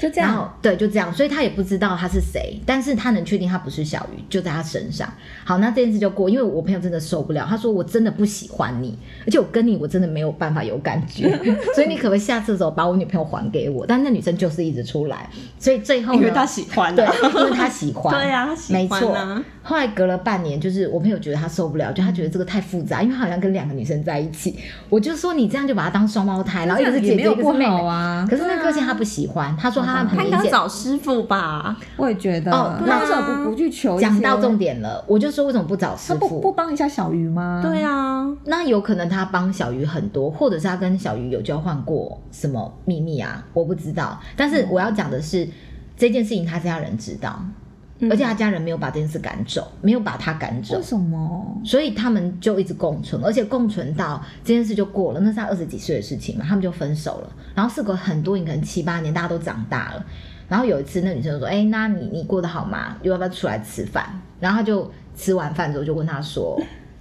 Speaker 2: 就这
Speaker 3: 然
Speaker 2: 样
Speaker 3: 后对，就这样，所以他也不知道他是谁，但是他能确定他不是小鱼，就在他身上。好，那这件事就过，因为我朋友真的受不了，他说我真的不喜欢你，而且我跟你我真的没有办法有感觉，所以你可不可以下次的时候把我女朋友还给我？但那女生就是一直出来，所以最后呢
Speaker 1: 因为他喜欢
Speaker 3: 对
Speaker 1: 啊，
Speaker 3: 因为他喜欢，
Speaker 1: 对啊他喜欢
Speaker 3: 没错
Speaker 1: 啊。
Speaker 3: 后来隔了半年，就是我朋友觉得他受不了，就他觉得这个太复杂，因为他好像跟两个女生在一起。我就说你这样就把他当双胞胎，然后一个是姐
Speaker 2: 也
Speaker 3: 姐，
Speaker 2: 没有
Speaker 3: 一个
Speaker 2: 不
Speaker 3: 是妹妹
Speaker 2: 好。啊。
Speaker 3: 可是那个个性他不喜欢，他说他很
Speaker 1: 他应
Speaker 3: 明
Speaker 1: 该
Speaker 3: 显。
Speaker 1: 找师傅吧？
Speaker 2: 我也觉得，
Speaker 3: 哦
Speaker 2: 那为
Speaker 1: 对
Speaker 2: 什
Speaker 1: 啊
Speaker 2: 么不不去求一些？
Speaker 3: 讲到重点了，我就说为什么不找
Speaker 2: 他
Speaker 3: 师
Speaker 2: 不不
Speaker 3: 傅？
Speaker 2: 帮一下小鱼吗？
Speaker 3: 嗯
Speaker 1: 对啊，
Speaker 3: 那有可能他帮小鱼很多，或者是他跟小鱼有交换过什么秘密啊？我不知道。但
Speaker 2: 嗯
Speaker 3: 是我要讲的是，这件事情他家人知道，
Speaker 1: 嗯
Speaker 3: 而且他家人没有把这件事赶走，没有把他赶走
Speaker 2: 为，什么？
Speaker 3: 所以他们就一直共存，而且共存到这件事就过了，那是他二十几岁的事情嘛，他们就分手了。然后事隔很多年，可能七八年，大家都长大了。然后有一次，那女生就说：“哎、那你你过得好吗？又要不要出来吃饭？”然后他就吃完饭之后就问他说：“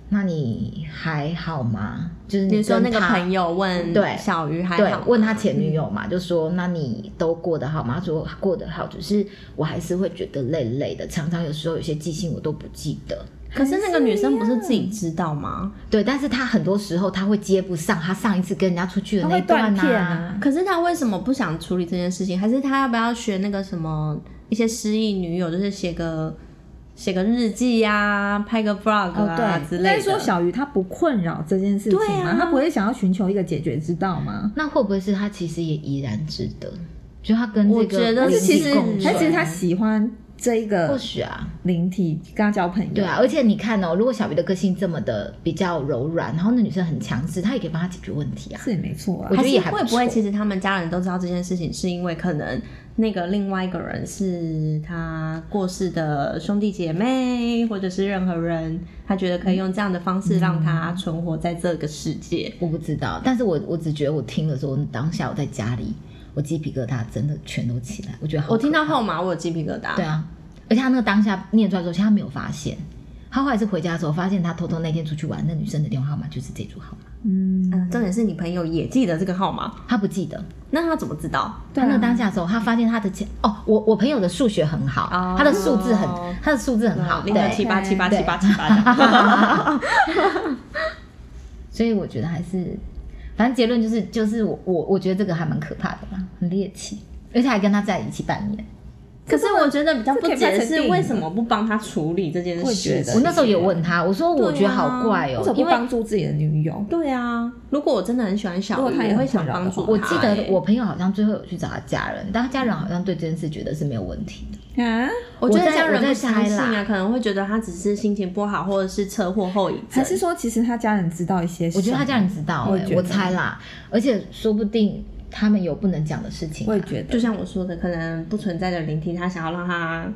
Speaker 3: 那你还好吗？”就是
Speaker 1: 你说
Speaker 3: 跟
Speaker 1: 那个
Speaker 3: 他
Speaker 1: 朋友问
Speaker 3: 对
Speaker 1: 小鱼还
Speaker 3: 对
Speaker 1: 好吗，
Speaker 3: 问他前女友嘛，就说那你都过得好吗？他说过得好，只是我还是会觉得累累的，常常有时候有些记性我都不记得。
Speaker 1: 可是那个女生不是自己知道吗？
Speaker 3: 对，但是他很多时候他会接不上他上一次跟人家出去的
Speaker 2: 他
Speaker 3: 那
Speaker 2: 会
Speaker 3: 一段
Speaker 2: 断
Speaker 3: 呐、
Speaker 2: 片啊！
Speaker 1: 可是他为什么不想处理这件事情？还是他要不要学那个什么一些失忆女友，就是写个写个日记呀、拍个 vlog
Speaker 3: 哦
Speaker 1: 啊、
Speaker 3: 对
Speaker 1: 之
Speaker 2: 应
Speaker 1: 类
Speaker 2: 该
Speaker 1: 的？
Speaker 2: 说小鱼他不困扰这件事情
Speaker 1: 对
Speaker 2: 吗？
Speaker 1: 啊
Speaker 2: 他不会想要寻求一个解决之道吗？
Speaker 3: 那会不会是他其实也怡然自得？就他跟这
Speaker 1: 我
Speaker 3: 个
Speaker 1: 觉得
Speaker 2: 但是
Speaker 3: 灵
Speaker 1: 是
Speaker 3: 性
Speaker 2: 其实
Speaker 3: 共，存
Speaker 2: 但其实他喜欢这一
Speaker 3: 啊或
Speaker 2: 个
Speaker 3: 许啊，
Speaker 2: 灵体跟他交朋友，
Speaker 3: 对啊，而且你看哦，如果小鱼的个性这么的比较柔软，然后那女生很强势，她也可以帮她解决问题啊。
Speaker 2: 是也没错啊
Speaker 3: 我。觉得也还
Speaker 1: 还
Speaker 3: 不
Speaker 1: 是
Speaker 3: 错
Speaker 1: 会不会其实他们家人都知道这件事情，是因为可能那个另外一个人是他过世的兄弟姐妹，或者是任何人，他觉得可以用这样的方式让他存活在这个世界。
Speaker 3: 我不知道，但是我我只觉得我听的时候，当下我在家里，我鸡皮疙瘩真的全都起来，我觉得好
Speaker 1: 我听到
Speaker 3: 可怕
Speaker 1: 号码，我有鸡皮疙瘩。
Speaker 3: 对啊，而且他那个当下念出来之后，其实他没有发现，他后来是回家的时候发现，他偷偷那天出去玩，那女生的电话号码就是这组号码，
Speaker 2: 嗯，
Speaker 1: 嗯，重点是你朋友也记得这个号码，
Speaker 3: 他不记得。
Speaker 1: 那他怎么知道？
Speaker 2: 对
Speaker 3: 他那个
Speaker 2: 啊，
Speaker 3: 当下的时候，他发现他的钱哦，我我朋友的数学很好，
Speaker 1: 哦
Speaker 3: 他的数字很，他的数字很好，
Speaker 1: 零个七
Speaker 3: 对，
Speaker 1: 八七八七八
Speaker 3: 对
Speaker 1: 七八这样。
Speaker 3: 所以我觉得还是，反正结论就是就是我我我觉得这个还蛮可怕的啦，很猎奇，而且还跟他在一起半年。
Speaker 1: 可是我觉得比较不解
Speaker 2: 这可以拍
Speaker 1: 的
Speaker 2: 成电
Speaker 1: 是，
Speaker 2: 影
Speaker 1: 为什么不帮他处理这件
Speaker 2: 我也觉
Speaker 1: 事
Speaker 2: 得
Speaker 1: 情？
Speaker 3: 我那时候也问他，我说我觉得好怪哦、
Speaker 2: 啊为什么
Speaker 3: 因
Speaker 2: 不
Speaker 3: 为
Speaker 2: 帮助自己的女友？
Speaker 1: 对啊，如果我真的很喜欢小
Speaker 2: 如果
Speaker 1: 鱼，
Speaker 2: 他也
Speaker 1: 我会
Speaker 2: 很
Speaker 1: 想
Speaker 2: 困扰
Speaker 1: 帮
Speaker 2: 的
Speaker 1: 助
Speaker 2: 话
Speaker 1: 他
Speaker 3: 我记得
Speaker 1: 欸
Speaker 3: 我朋友好像最后有去找他家人，但他家人好像对这件事觉得是没有问题的。
Speaker 2: 啊，
Speaker 1: 我觉
Speaker 3: 我
Speaker 1: 得
Speaker 3: 在
Speaker 1: 家人
Speaker 3: 我在
Speaker 1: 不相信
Speaker 3: 猜
Speaker 1: 啊
Speaker 3: 啦，
Speaker 1: 可能会觉得他只是心情不好，或者是车祸后遗症
Speaker 2: 还。是说其实他家人知道一些？
Speaker 3: 我觉得他家人，知道、
Speaker 2: 我
Speaker 3: 欸
Speaker 2: 也觉，得
Speaker 3: 我猜啦，而且说不定他们有不能讲的事情、
Speaker 2: 我也
Speaker 3: 啊、
Speaker 2: 觉得
Speaker 1: 就，像我说的，可能不存在的灵体，他想要让他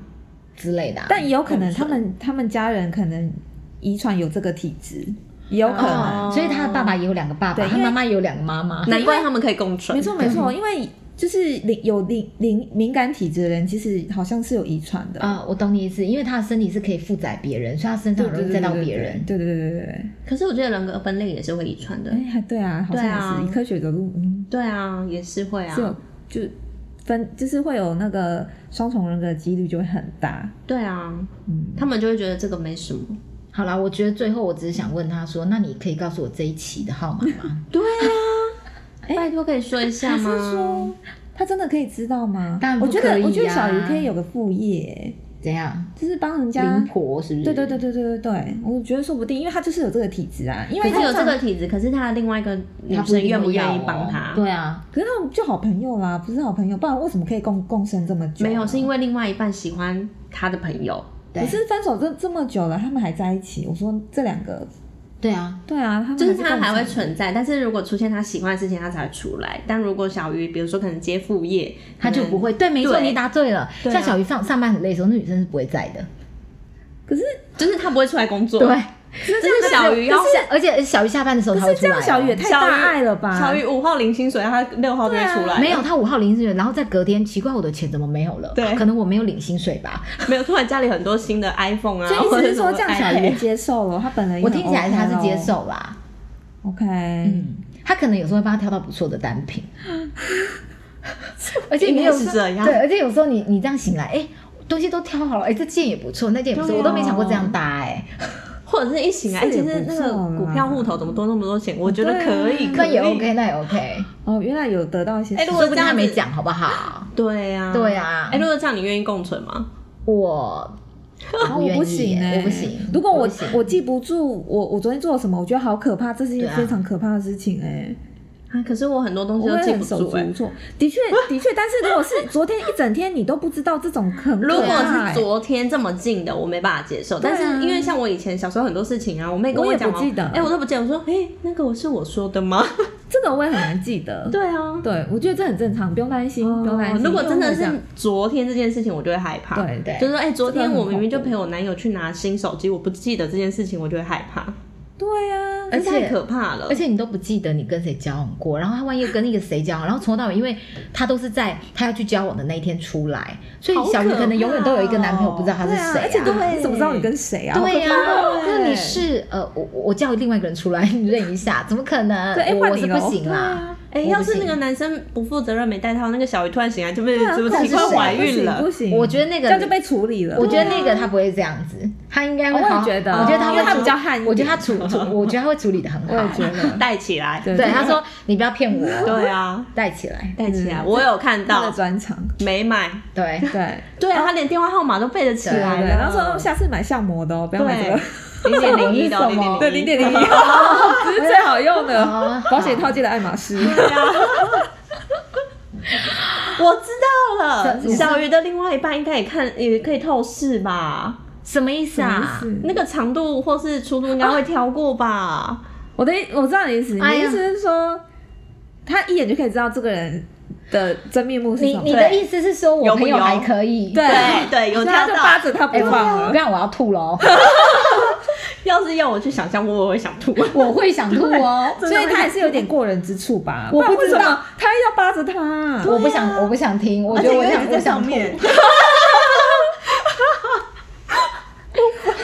Speaker 3: 之类的、啊。
Speaker 2: 但也有可能他们他们家人可能遗传有这个体质，也有可能。
Speaker 1: 哦
Speaker 3: 啊所以他的爸爸也有两个爸爸，
Speaker 2: 对
Speaker 3: 他
Speaker 2: 因为
Speaker 3: 妈妈也有两个妈妈。
Speaker 1: 难怪他们可以共存。
Speaker 2: 没错没错，因为就是灵有灵灵敏感体质的人，其实好像是有遗传的。
Speaker 3: 啊、我懂你意思，因为他的身体是可以负载别人，所以他身上
Speaker 2: 对
Speaker 3: 很
Speaker 2: 对
Speaker 3: 容
Speaker 2: 对对
Speaker 3: 易载到
Speaker 2: 对
Speaker 3: 别人。
Speaker 2: 对对对对对
Speaker 1: 可是我觉得人格分裂也是会遗传的
Speaker 2: 对，。哎，还对啊，好像也
Speaker 1: 对
Speaker 2: 是
Speaker 1: 啊
Speaker 2: 科学的路，嗯，
Speaker 1: 对啊，也是会
Speaker 2: 是有
Speaker 1: 啊。
Speaker 2: 就分就是会有那个双重人格的几率就会很大，
Speaker 1: 对啊，
Speaker 2: 嗯，
Speaker 1: 他们就会觉得这个没什么。
Speaker 3: 好啦，我觉得最后我只是想问他说，那你可以告诉我这一期的号码吗？
Speaker 1: 对啊，拜托可以说一下
Speaker 2: 还是
Speaker 1: 吗
Speaker 2: 说？他真的可以知道吗？
Speaker 3: 当然不
Speaker 2: 我觉
Speaker 3: 可以
Speaker 2: 得我觉
Speaker 1: 啊
Speaker 2: 得
Speaker 3: 呀
Speaker 2: 小鱼可以有个副业，
Speaker 3: 怎样？
Speaker 2: 就是帮人家
Speaker 3: 灵。婆是不是？
Speaker 2: 对对对对对对对，我觉得说不定，因为他就是有这个体质啊，因
Speaker 1: 可
Speaker 2: 为
Speaker 1: 是有
Speaker 2: 通常
Speaker 1: 这个，体质，可是他的另外一个女
Speaker 3: 他不
Speaker 1: 生
Speaker 3: 一定
Speaker 1: 愿
Speaker 3: 会
Speaker 1: 不愿
Speaker 3: 要
Speaker 1: 意
Speaker 3: 哦
Speaker 1: 帮他？
Speaker 3: 对啊，
Speaker 2: 可是他们就好朋友啦，不是好朋友，不然为什么可以共共生这么久呢？啊
Speaker 1: 没有，是因为另外一半喜欢他的朋友。
Speaker 3: 对
Speaker 2: 可是分手这这么久了，他们还在一起。我说这两个，
Speaker 3: 对啊，
Speaker 2: 对啊，他们
Speaker 1: 就是
Speaker 2: 是
Speaker 1: 他还
Speaker 2: 共
Speaker 1: 会
Speaker 2: 生
Speaker 1: 存在，但是如果出现他喜欢的事情，他才会出来。但如果小鱼，比如说可能接副业，
Speaker 3: 他就不会。对，没错，
Speaker 1: 对
Speaker 3: 你答对了。
Speaker 1: 对啊
Speaker 3: 像小鱼上上班很累的时候，那女生是不会在的。
Speaker 2: 可是
Speaker 1: 可能，就是他不会出来工作。
Speaker 3: 对，，
Speaker 1: 这是小鱼要
Speaker 3: 可。是而且小鱼下班的时候
Speaker 2: 可
Speaker 3: 她会
Speaker 2: 是
Speaker 3: 出
Speaker 2: 这
Speaker 3: 来哦。
Speaker 2: 样小鱼也太大爱了吧？
Speaker 1: 小鱼五号零薪水，他六号就会出来。
Speaker 3: 啊没有，他五号领薪水，然后在隔天，奇怪，我的钱怎么没有了？
Speaker 1: 对
Speaker 3: 可能我没有领薪水吧。
Speaker 1: 没有，突然家里很多新的 iPhone 啊，
Speaker 2: 所以
Speaker 1: 或
Speaker 2: 你
Speaker 1: 者
Speaker 2: 只是
Speaker 1: 什么
Speaker 2: 说
Speaker 1: 哎
Speaker 2: 这样小鱼
Speaker 1: iPad
Speaker 2: 接受了，他本
Speaker 1: 哎
Speaker 2: 人也
Speaker 3: 我
Speaker 2: 很
Speaker 3: 听起来他是
Speaker 2: OK
Speaker 3: 接
Speaker 2: 咯
Speaker 3: 受
Speaker 1: 哦
Speaker 3: 啦。
Speaker 2: ，OK，
Speaker 3: 嗯，他可能有时候会帮他挑到不错的 单品，而且
Speaker 1: 应
Speaker 3: 你
Speaker 1: 该
Speaker 3: 有时
Speaker 1: 是
Speaker 3: 候
Speaker 1: 这样
Speaker 3: 对，而且有时候你你这样醒来，哎、东西都挑好了，哎、这件也不错，那件也不错，
Speaker 1: 对啊
Speaker 3: 我都没想过这样搭、哎，
Speaker 1: 或者是一醒来，哎
Speaker 2: 是
Speaker 1: 其
Speaker 2: 也不
Speaker 1: 实那个
Speaker 2: 错啦
Speaker 1: 股票户头怎么多那么多钱？我觉得
Speaker 2: 对啊
Speaker 1: 可以，
Speaker 3: 那
Speaker 1: 可以
Speaker 3: 也 OK，那也 OK，
Speaker 2: 哦，原来有得到一些，
Speaker 1: 哎如
Speaker 3: 说
Speaker 1: 果
Speaker 3: 不定他没讲，好不好？
Speaker 1: 对呀，
Speaker 3: 对啊
Speaker 1: 嗯哎，如果这样，你愿意共存吗？
Speaker 3: 我
Speaker 2: 然后我不行
Speaker 3: 愿意
Speaker 1: 哦
Speaker 2: 哎，
Speaker 1: 欸
Speaker 3: 我不行
Speaker 2: 如果
Speaker 3: 我
Speaker 2: 我
Speaker 3: 不行
Speaker 2: 我记不住我我昨天做了什么，我觉得好可怕，这是一
Speaker 3: 对
Speaker 2: 件
Speaker 3: 啊
Speaker 2: 非常可怕的事情哎，
Speaker 1: 啊，可是我很多东西
Speaker 2: 我
Speaker 1: 都
Speaker 2: 会
Speaker 1: 记
Speaker 2: 很
Speaker 1: 不
Speaker 2: 手
Speaker 1: 住
Speaker 2: 足
Speaker 1: 哎
Speaker 2: 无。措。的确的确，但是如 果是昨天一整天你都不知道这种很可
Speaker 1: 如果
Speaker 2: 怕哎
Speaker 1: 是昨天这么近的，我没办法接受。
Speaker 2: 对啊
Speaker 1: 但是因为像我以前小时候很多事情啊，我妹跟
Speaker 2: 我也不
Speaker 1: 讲完，
Speaker 2: 记得
Speaker 1: 哎、我都不记得。我说，哎、那个我是我说的吗？
Speaker 2: 这个我也很难记得，
Speaker 1: 对啊，
Speaker 2: 对，我觉得这很正常，不用担心，不用担
Speaker 1: 哦
Speaker 2: 心。
Speaker 1: 如果真的
Speaker 2: 因
Speaker 1: 是
Speaker 2: 为
Speaker 1: 昨天这件事情，我就会害怕。
Speaker 2: 我也这
Speaker 1: 就
Speaker 2: 样对
Speaker 3: 对
Speaker 1: 是说，哎、昨天
Speaker 2: 这个很
Speaker 1: 我明明就
Speaker 2: 恐怖
Speaker 1: 陪我男友去拿新手机，我不记得这件事情，我就会害怕，
Speaker 2: 对呀、啊，
Speaker 3: 而
Speaker 1: 这
Speaker 3: 且
Speaker 1: 太可怕了。
Speaker 3: 而且你都不记得你跟谁交往过，然后他万一又跟一个谁交往，然后从头到尾，因为他都是在他要去交往的那一天出来，所以小雨
Speaker 1: 好可
Speaker 3: 可能永远都有一个男朋友，
Speaker 1: 怕哦
Speaker 3: 不知道他是
Speaker 2: 对
Speaker 3: 谁、
Speaker 2: 啊，而且
Speaker 1: 都
Speaker 2: 你你怎么知道你跟谁啊？
Speaker 3: 对呀、
Speaker 1: 好可怕
Speaker 3: 那
Speaker 1: 欸
Speaker 3: 你是呃，我我我叫另外一个人出来 你认一下，怎么可能？
Speaker 2: 对哎
Speaker 3: 我
Speaker 2: 换
Speaker 3: 我
Speaker 2: 你
Speaker 3: 是不
Speaker 2: 咯
Speaker 3: 行
Speaker 1: 对
Speaker 3: 啦
Speaker 1: 啊。，哎、
Speaker 3: 我不
Speaker 1: 要是那个
Speaker 3: 行
Speaker 1: 男生不负责任没带套，那个小鱼突然醒来，就被
Speaker 2: 对啊
Speaker 1: 是不是
Speaker 2: 不然
Speaker 1: 奇怪
Speaker 2: 谁啊
Speaker 1: 怀孕了
Speaker 2: 不？行，不行
Speaker 3: 我觉得那
Speaker 2: 这
Speaker 3: 个
Speaker 2: 样就被处理了。
Speaker 3: 我觉得
Speaker 2: 对啊哦
Speaker 3: 那个他不会这样子，他应该
Speaker 2: 我
Speaker 3: 会
Speaker 2: 也
Speaker 3: 好好。
Speaker 2: 觉得
Speaker 3: 我觉得他
Speaker 2: 因为
Speaker 3: 会
Speaker 2: 他
Speaker 3: 处
Speaker 2: 比较悍一点
Speaker 3: 我觉得他处处，我觉得他会处理的很好。
Speaker 2: 我也觉得
Speaker 1: 带起来，
Speaker 2: 对
Speaker 3: 对，他说你不要骗我，
Speaker 1: 对啊，
Speaker 3: 带起来。
Speaker 1: 带起来，
Speaker 2: 嗯
Speaker 1: 我有看
Speaker 2: 他的
Speaker 1: 到，
Speaker 2: 专长，
Speaker 1: 没买。
Speaker 3: 对，
Speaker 2: 对
Speaker 1: 对啊，他连电话号码都背得起
Speaker 2: 对
Speaker 1: 来
Speaker 2: 对，
Speaker 1: 了。
Speaker 2: 然后说哦下次买相模的哦，不要买这个，
Speaker 1: 零 点零一的
Speaker 3: 什么
Speaker 2: 对零点 零一，这是最好用
Speaker 3: 哦
Speaker 2: 的保险套界的爱马仕。
Speaker 1: 对啊，啊 我知道了，
Speaker 3: 什
Speaker 1: 小鱼的另外一半应该也看，也可以透视吧？
Speaker 3: 什么意思啊
Speaker 2: 什？么意思
Speaker 1: 那个长度或是粗度应该会挑过吧？
Speaker 2: 我的意我知道你的意思，你的
Speaker 3: 哎呀
Speaker 2: 意思是说，他一眼就可以知道这个人的真面目是
Speaker 3: 你
Speaker 2: 什么
Speaker 3: 你，的意思是说我
Speaker 1: 有
Speaker 3: 朋
Speaker 1: 不
Speaker 3: 友
Speaker 1: 有
Speaker 3: 还可以？
Speaker 2: 对
Speaker 1: 对对，有
Speaker 2: 所以他
Speaker 1: 挑
Speaker 2: 就
Speaker 1: 到。
Speaker 2: 扒着他不
Speaker 3: 哎，我
Speaker 2: 放
Speaker 3: 我
Speaker 2: 了。
Speaker 3: 让我要吐了哦，
Speaker 1: 要是要我去想象，我也会想吐。
Speaker 3: 我会想吐哦。
Speaker 2: 所以他也是有点过人之处吧？
Speaker 3: 我不
Speaker 2: 然为
Speaker 3: 知道
Speaker 2: 什么他要扒着他啊，
Speaker 3: 我不想，我不想听，我
Speaker 1: 而
Speaker 3: 觉
Speaker 1: 且
Speaker 3: 得
Speaker 1: 有
Speaker 3: 我
Speaker 1: 点
Speaker 3: 想，我
Speaker 1: 在
Speaker 3: 想
Speaker 1: 上
Speaker 3: 吐。
Speaker 1: 面。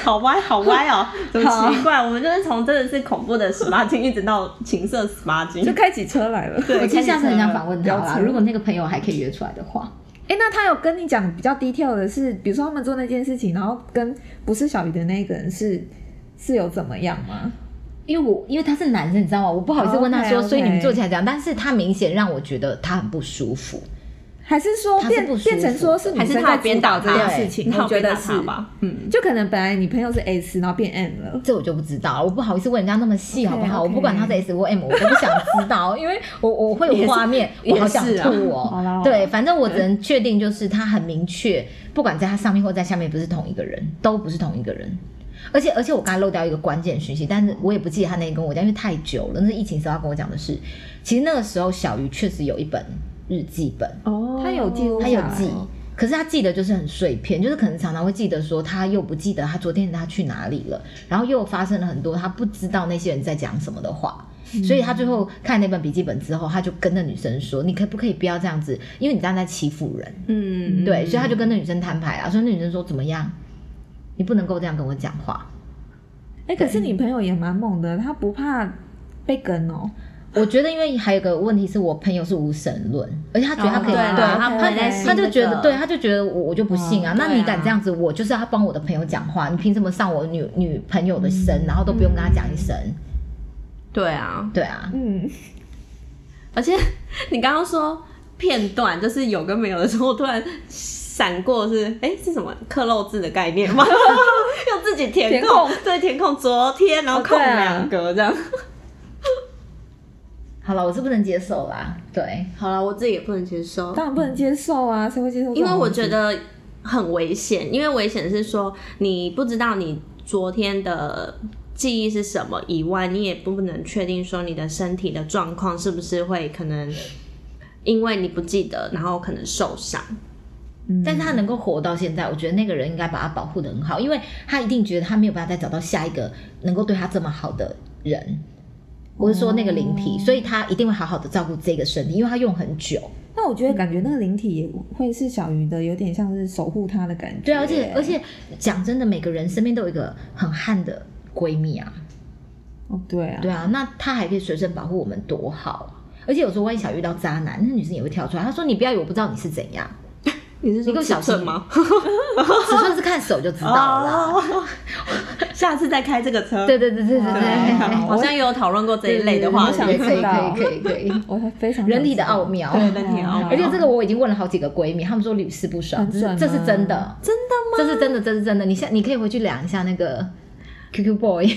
Speaker 1: 好歪，好歪 哦！怎么奇怪？我们就是从真的是恐怖的十八禁，一直到情色十八禁
Speaker 2: 就。开起车来了。
Speaker 1: 对，
Speaker 3: 我其实下次很想
Speaker 1: 反
Speaker 3: 访问他
Speaker 2: 不要
Speaker 3: 啦，
Speaker 2: 扯
Speaker 3: 如果那个朋友还可以约出来的话，
Speaker 2: 哎、那他有跟你讲比较 detail 的是，比如说他们做那件事情，然后跟不是小鱼的那个人是是有怎么样吗？
Speaker 3: 因为我因为他是男生，你知道吗？我不好意思问他说，
Speaker 2: OK，OK
Speaker 3: 所以你们做起来怎样？但是他明显让我觉得他很不舒服。
Speaker 2: 还是说
Speaker 3: 他是
Speaker 2: 变
Speaker 3: 不舒服
Speaker 2: 变成说是女
Speaker 1: 还是
Speaker 2: 生
Speaker 1: 他
Speaker 2: 在
Speaker 1: 有
Speaker 2: 编
Speaker 1: 编
Speaker 2: 导
Speaker 1: 导
Speaker 2: 这件事情？
Speaker 1: 他
Speaker 2: 我
Speaker 1: 有
Speaker 2: 觉
Speaker 1: 编
Speaker 2: 得
Speaker 1: 导
Speaker 2: 是
Speaker 1: 他，吧？嗯，
Speaker 2: 就可能本来你朋友是 S，然后变 M 了。
Speaker 3: 这我就不知道了，我不好意思问人家那么细，好
Speaker 2: OK，
Speaker 3: 不好
Speaker 2: OK
Speaker 3: 我不管他是 S 或 M，我都不想知道， 因为我我会有画面，
Speaker 1: 也
Speaker 3: 我
Speaker 1: 是
Speaker 3: 好想吐
Speaker 2: 啊
Speaker 3: 哦、
Speaker 2: 好啦好啦
Speaker 3: 对，反正我只能确定就是他很明确，不管在他上面或在下面，不是同一个人，都不是同一个人。而且而且我刚才漏掉一个关键讯息，但是我也不记得他那天跟我讲，因为太久了，那是疫情时候他跟我讲的事。其实那个时候小鱼确实有一本日记本，
Speaker 1: 哦
Speaker 2: 他有记录
Speaker 3: 他
Speaker 2: 下
Speaker 3: 有
Speaker 2: 来
Speaker 3: 记，可是他记得就是很碎片，就是可能常常会记得说他又不记得他昨天他去哪里了，然后又发生了很多他不知道那些人在讲什么的话。
Speaker 2: 嗯
Speaker 3: 所以他最后看那本笔记本之后，他就跟那女生说：“你可不可以不要这样子？因为你这样在欺负人。
Speaker 1: 嗯，
Speaker 3: 对，所以他就跟那女生摊牌了。所以那女生说：“怎么样？你不能够这样跟我讲话。
Speaker 2: 哎、可
Speaker 1: 嗯
Speaker 2: 是你朋友也蛮猛的，他不怕被跟哦、”
Speaker 3: 我觉得，因为还有个问题是我朋友是无神论，而且他觉得他可以，
Speaker 1: 哦对
Speaker 2: 啦
Speaker 3: 对
Speaker 1: 他
Speaker 2: 不
Speaker 1: 会
Speaker 2: 会
Speaker 1: 在
Speaker 2: 信
Speaker 3: 他
Speaker 1: 这
Speaker 3: 就
Speaker 1: 个
Speaker 3: 觉得，对，他就觉得我我就不信啊。
Speaker 1: 嗯
Speaker 3: 那你敢
Speaker 1: 对啊
Speaker 3: 这样子，我就是要帮我的朋友讲话，你凭什么上我女女朋友的身，
Speaker 1: 嗯
Speaker 3: 然后都不用跟他讲一声？
Speaker 1: 对啊，
Speaker 3: 对啊，
Speaker 2: 嗯，
Speaker 1: 而且 你刚刚说片段，就是有跟没有的时候，我突然闪过是，哎、是什么克漏字的概 念吗？用自己填
Speaker 2: 填空
Speaker 1: 对，填空昨天，然后
Speaker 2: 哦
Speaker 1: 空
Speaker 2: 对啊
Speaker 1: 两格这样。
Speaker 3: 好了，我是不能接受啦。对，
Speaker 1: 好了，我自己也不能接受，
Speaker 2: 当然不能接受啊，谁会接受？
Speaker 1: 因为我觉，得很危险，因为危险是说你不知道你昨天的。记忆是什么以外，你也不能确定说你的身体的状况是不是会可能，因为你不记得，然后可能受伤。嗯
Speaker 3: 但是他能够活到现在，我觉得那个人应该把他保护的很好，因为他一定觉得他没有办法再找到下一个能够对他这么好的人，我是说那个灵
Speaker 1: 哦
Speaker 3: 体，所以他一定会好好的照顾这个身体，因为他用很久。
Speaker 2: 那我觉得感觉那个灵体也会是小鱼的，有点像是守护他的感觉。
Speaker 3: 对啊，而且而且讲真的，每个人身边都有一个很悍的闺蜜啊，
Speaker 2: 哦，对啊，
Speaker 3: 对啊，那她还可以随身保护我们，多好啊！而且有时候万一想遇到渣男，那女生也会跳出来，她说：“你不要以为我不知道你是怎 样，
Speaker 1: 你是
Speaker 3: 你给我小
Speaker 1: 尺寸
Speaker 3: 心
Speaker 1: 吗？
Speaker 3: 尺寸是看手就知道了啦。
Speaker 1: 哦，下次再开这个车。
Speaker 3: 对对对对对对，
Speaker 1: 好像也有讨论过 这一类的话
Speaker 2: 我
Speaker 1: 题
Speaker 2: 想。
Speaker 3: 可以可以
Speaker 2: 知道
Speaker 3: 可以可以，
Speaker 2: 我还非常
Speaker 3: 人体
Speaker 2: 想
Speaker 3: 的
Speaker 2: 知道
Speaker 3: 奥。妙。
Speaker 1: 对人体的奥妙
Speaker 3: 嗯而且这个我已经问了好几个闺蜜，她们说屡试不爽，
Speaker 2: 很
Speaker 3: 这是
Speaker 2: 准
Speaker 3: 这是
Speaker 2: 吗
Speaker 3: 哦真的，真的吗？这是真的，这是真的。你下你可以回去量一下那个 QQ Boy。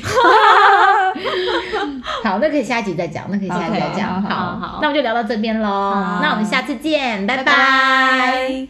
Speaker 3: 好，那可以下一集再讲，那可以下一集再
Speaker 1: OK，
Speaker 3: 讲。
Speaker 2: 好
Speaker 1: 好
Speaker 3: 那我们就聊到这边喽。那我们下次见，拜拜。